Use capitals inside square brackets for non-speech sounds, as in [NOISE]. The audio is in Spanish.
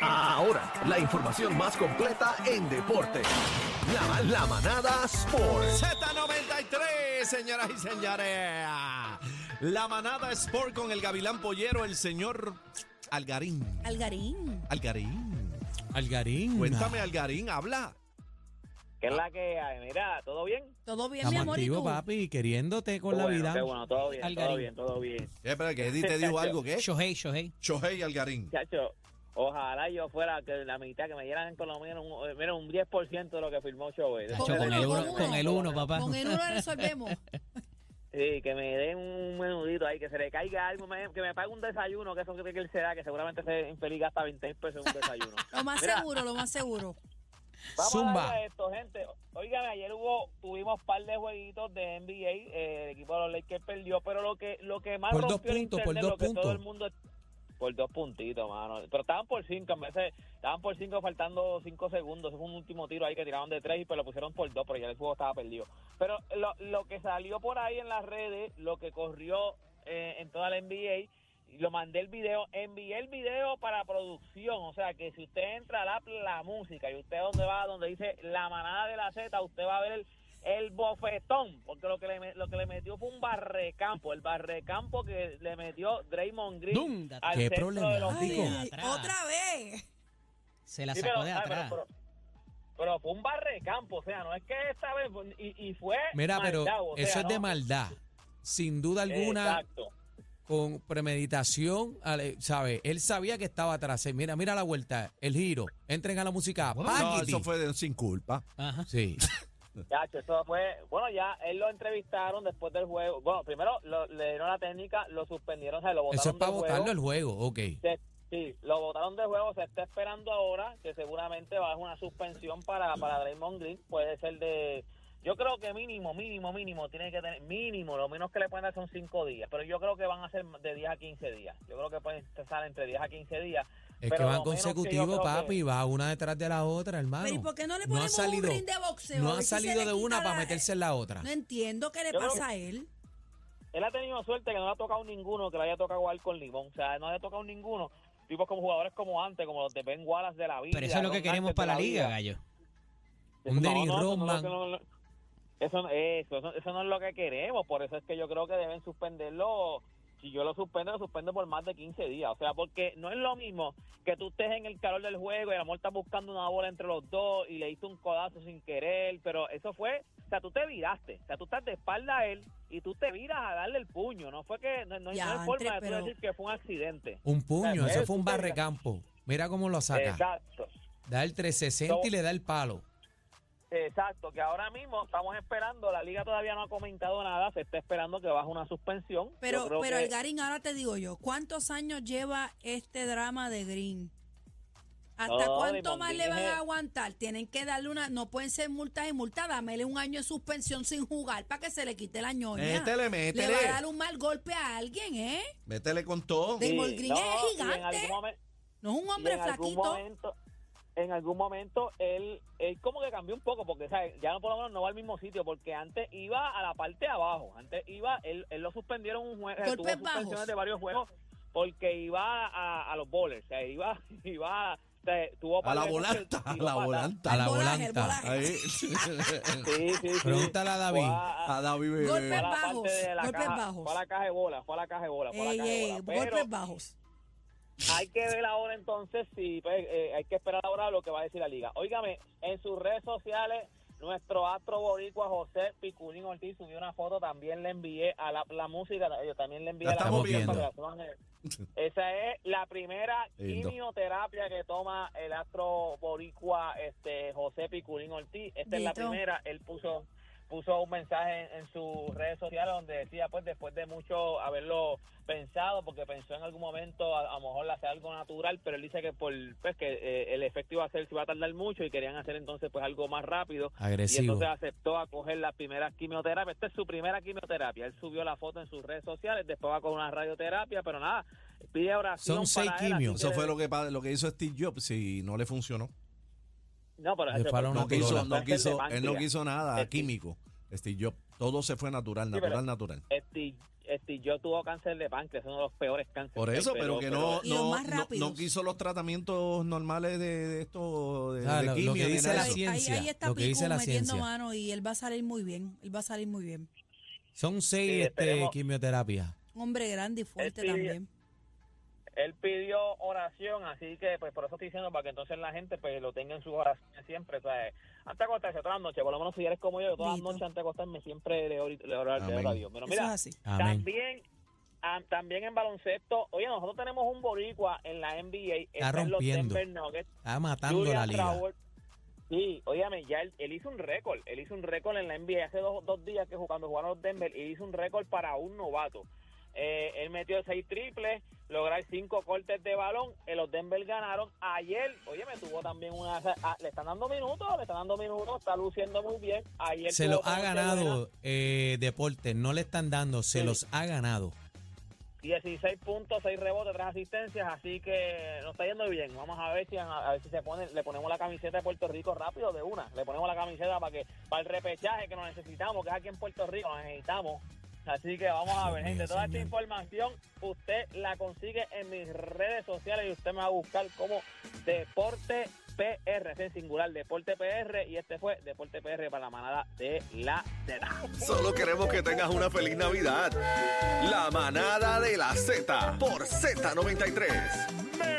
Ahora, la información más completa en deporte. La, la manada Sports. Z93, señoras y señores. La manada Sport con el Gavilán Pollero, el señor Algarín. Algarín. Algarín. Algarín. Cuéntame, Algarín, habla. ¿Qué es la que hay? Mira, ¿todo bien? Todo bien, mi Estamos amor. ¿y activos, tú? papi, queriéndote con Qué la bueno, vida. Qué bueno, todo bien, todo Algarín. bien, todo bien. Eh, Espera, que Eddie te [LAUGHS] dijo algo, ¿qué? Shohei, Shohei. Shohei Algarín. Chacho, ojalá yo fuera que la mitad que me dieran con lo menos un, eh, mira, un 10% de lo que firmó Chove. Chacho, con, uno, el con uno, uno. con el uno, papá. Con el uno resolvemos. Sí, que me den un menudito ahí, que se le caiga algo, me- que me pague un desayuno, que eso que que él se da, que seguramente se infeliz gasta 20 pesos en un desayuno. [LAUGHS] Lo más Mira. seguro, lo más seguro. Vamos Zumba. a darle a esto, gente. Oigan, ayer hubo, tuvimos par de jueguitos de NBA, eh, el equipo de los Lakers perdió, pero lo que, lo que más Por dos rompió el puntos, por internet, dos lo que todo puntos. el mundo... Por dos puntitos, mano. Pero estaban por cinco, en vez de- estaban por cinco faltando cinco segundos. Fue un último tiro ahí que tiraron de tres y pues lo pusieron por dos, pero ya el juego estaba perdido. Pero lo, lo que salió por ahí en las redes, lo que corrió eh, en toda la NBA, lo mandé el video, envié el video para producción, o sea que si usted entra a la, la música y usted donde va, donde dice la manada de la Z, usted va a ver el, el bofetón, porque lo que, le, me- lo que le metió fue un barrecampo, el barrecampo que le metió Draymond Green Dunda, al qué centro de los problemático. Knicks. Ay, Atrás. otra vez. Se la Sí, sacó pero, de ay, pero- atrás. pero- pero fue un barrecampo, o sea, no es que esta vez, y, y fue Mira, pero maldad, o sea, eso es de ¿no? maldad. Sin duda alguna, Exacto. con premeditación, ale- ¿sabe? Él sabía que estaba atrás. Eh, Mira, mira la vuelta, el giro. Entren a la música. No, Paquiti. eso fue de- sin culpa. Ajá. Sí. Chacho, eso fue. Bueno, ya él lo entrevistaron después del juego. Bueno, primero lo- le dieron la técnica, lo suspendieron, se lo botaron. Eso es para del botarlo juego. el juego. Ok. Se- sí, lo botaron del juego. Se está esperando ahora, que seguramente va a ser una suspensión para, para Draymond Green. Puede ser de. Yo creo que mínimo, mínimo, mínimo, tiene que tener. Mínimo, lo menos que le pueden dar son cinco días. Pero yo creo que van a ser de 10 a 15 días. Yo creo que pueden estar entre 10 a 15 días. Es que Pero van lo menos que yo consecutivos, creo papi, que- va una detrás de la otra, hermano. Pero ¿y por qué no le No ha ponemos un salido, ring de boxeo? no A ha ver si se salido le de quita una para la- meterse en la otra. No entiendo qué le Yo creo pasa a él. Él ha tenido suerte que no le ha tocado ninguno que le haya tocado al con limón. O sea, no le ha tocado ninguno. Tipos como jugadores como antes, como los de Ben Wallace de la vida. Pero eso es lo que Ron queremos Artes para de la liga, vida. gallo. Un Dennis Rodman. eso no- eso, no- eso, eso- eso no es lo que queremos. Por eso es que yo creo que deben suspenderlo. Si yo lo suspendo, lo suspendo por más de 15 días. O sea, porque no es lo mismo que tú estés en el calor del juego y el amor está buscando una bola entre los dos y le diste un codazo sin querer. Pero eso fue. O sea, tú te viraste. O sea, tú estás de espalda a él y tú te viras a darle el puño. No fue que. No, no hay- no hay Diantre, forma de tú pero- decir que fue un accidente. Un puño, Eh, eso fue un tú te- barrecampo. Mira cómo lo saca. Exacto. Da el 360 y le da el palo. Exacto, que ahora mismo estamos esperando, la liga todavía no ha comentado nada, se está esperando que baje una suspensión. Pero, Yo creo pero que- Algarín, ahora te digo yo, ¿cuántos años lleva este drama de Green? ¿Hasta No, cuánto Raymond más Green le van es- a aguantar? Tienen que darle una, no pueden ser multas y multas, dámele un año de suspensión sin jugar para que se le quite la ñoña. Métele, Le va a dar métele. un mal golpe a alguien, ¿eh? Métele con todo. De- Draymond Green es y gigante. En algún, momen- No es un y hombre en algún flaquito. momento, en algún momento él, él como que cambió un poco, porque ¿sabes? ya no por lo menos no va al mismo sitio, porque antes iba a la parte de abajo, antes iba, él, él lo suspendieron un juego, Golpes tuvo suspensiones bajos. de varios juegos, porque iba a, a los bowlers, o sea, iba, iba, o sea, tuvo A par la de volanta, cosas, a tiró la para atrás. volanta. A la El volaje, el volanta. volaje. [LAUGHS] Ahí. [LAUGHS] Sí, sí, sí. Pregúntale a David. Fue a- a- A David Bebé. Golpe Fue a la bajos, parte de la golpes caja- bajos. Fue a la caja de bola, fue a la caja de bola, fue a la Ey, caja de ey, bola. Pero golpes bajos. hay que ver ahora entonces si pues, eh, hay que esperar ahora lo que va a decir la liga. Óigame, en sus redes sociales, nuestro astro boricua José Piculín Ortiz subió una foto, también le envié a la, la música, yo también le envié La a la estamos música viendo. para que la suban, eh. Esa es la primera Lindo. quimioterapia que toma el astro boricua este José Piculín Ortiz. Esta es la Dito. primera, él puso puso un mensaje en, en sus redes sociales donde decía pues después de mucho haberlo pensado porque pensó en algún momento a, a lo mejor hacer algo natural pero él dice que por pues que eh, el efecto iba a ser se iba a tardar mucho y querían hacer entonces pues algo más rápido y Agresivo. entonces aceptó a coger las primeras quimioterapias. Esta es su primera quimioterapia. Él subió la foto en sus redes sociales, después va a coger una radioterapia, pero nada, pide oración. Son seis para él, así quimios. que Eso le- fue lo que, pa- lo que hizo Steve Jobs y no le funcionó. No, pero Le ese- fue a la No Una quiso, corona. no quiso, él no Páncreas. quiso nada Steve. químico. Steve Jobs. Todo se fue natural, Sí, pero- natural, natural. Steve, este, yo tuvo cáncer de páncreas, uno de los peores cánceres. Por hay, eso, pero que no, Y los no, más no- rápidos. no quiso los tratamientos normales de, de esto, de, O sea, de lo- lo quimio. que ni dice nada la de eso. ciencia. Ahí, ahí está lo que dice Pico la metiendo ciencia. mano y él va a salir muy bien. Él va a salir muy bien. Son seis Sí, este, esperemos. quimioterapias. Un hombre grande y fuerte Este, también. Él pidió oración, así que pues por eso estoy diciendo, para que entonces la gente pues lo tenga en sus oraciones siempre. O sea, eh, antes de acostarse, todas las noches, por lo menos si eres como yo, yo todas las Bendito. noches antes de acostarme siempre le oro, le oro- le oro Amén. a Dios. Pero Eso es mira, así. Amén. también, ah, también en baloncesto, oye, nosotros tenemos un boricua en la NBA, Está en los rompiendo. Denver Nuggets, Está matando Julian la liga. Howard. Sí, óyame, ya él, él hizo un récord, él hizo un récord en la NBA hace dos, dos días que jugando jugaron los Denver y hizo un récord para un novato. Eh, él metió seis triples, lograr cinco cortes de balón, eh, los Denver ganaron ayer. Óyeme, tuvo también una... ah, le están dando minutos, le están dando minutos, está luciendo muy bien. Ayer Se tuvo los ha otra noche buena. ganado eh, Deportes, no le están dando, se Sí. los ha ganado. 16 puntos, 6 rebotes, 3 asistencias, así que nos está yendo bien. Vamos a ver si a, a ver si se pone, le ponemos la camiseta de Puerto Rico rápido de una. Le ponemos la camiseta para que para el repechaje que nos necesitamos, que es aquí en Puerto Rico, nos necesitamos. Así que vamos a Dios ver, mío, gente, toda esta señor. información usted la consigue en mis redes sociales y usted me va a buscar como Deporte PR, es en singular, Deporte PR, y este fue Deporte PR para la manada de la Z. Solo queremos que tengas una feliz Navidad. La manada de la Z por Z93.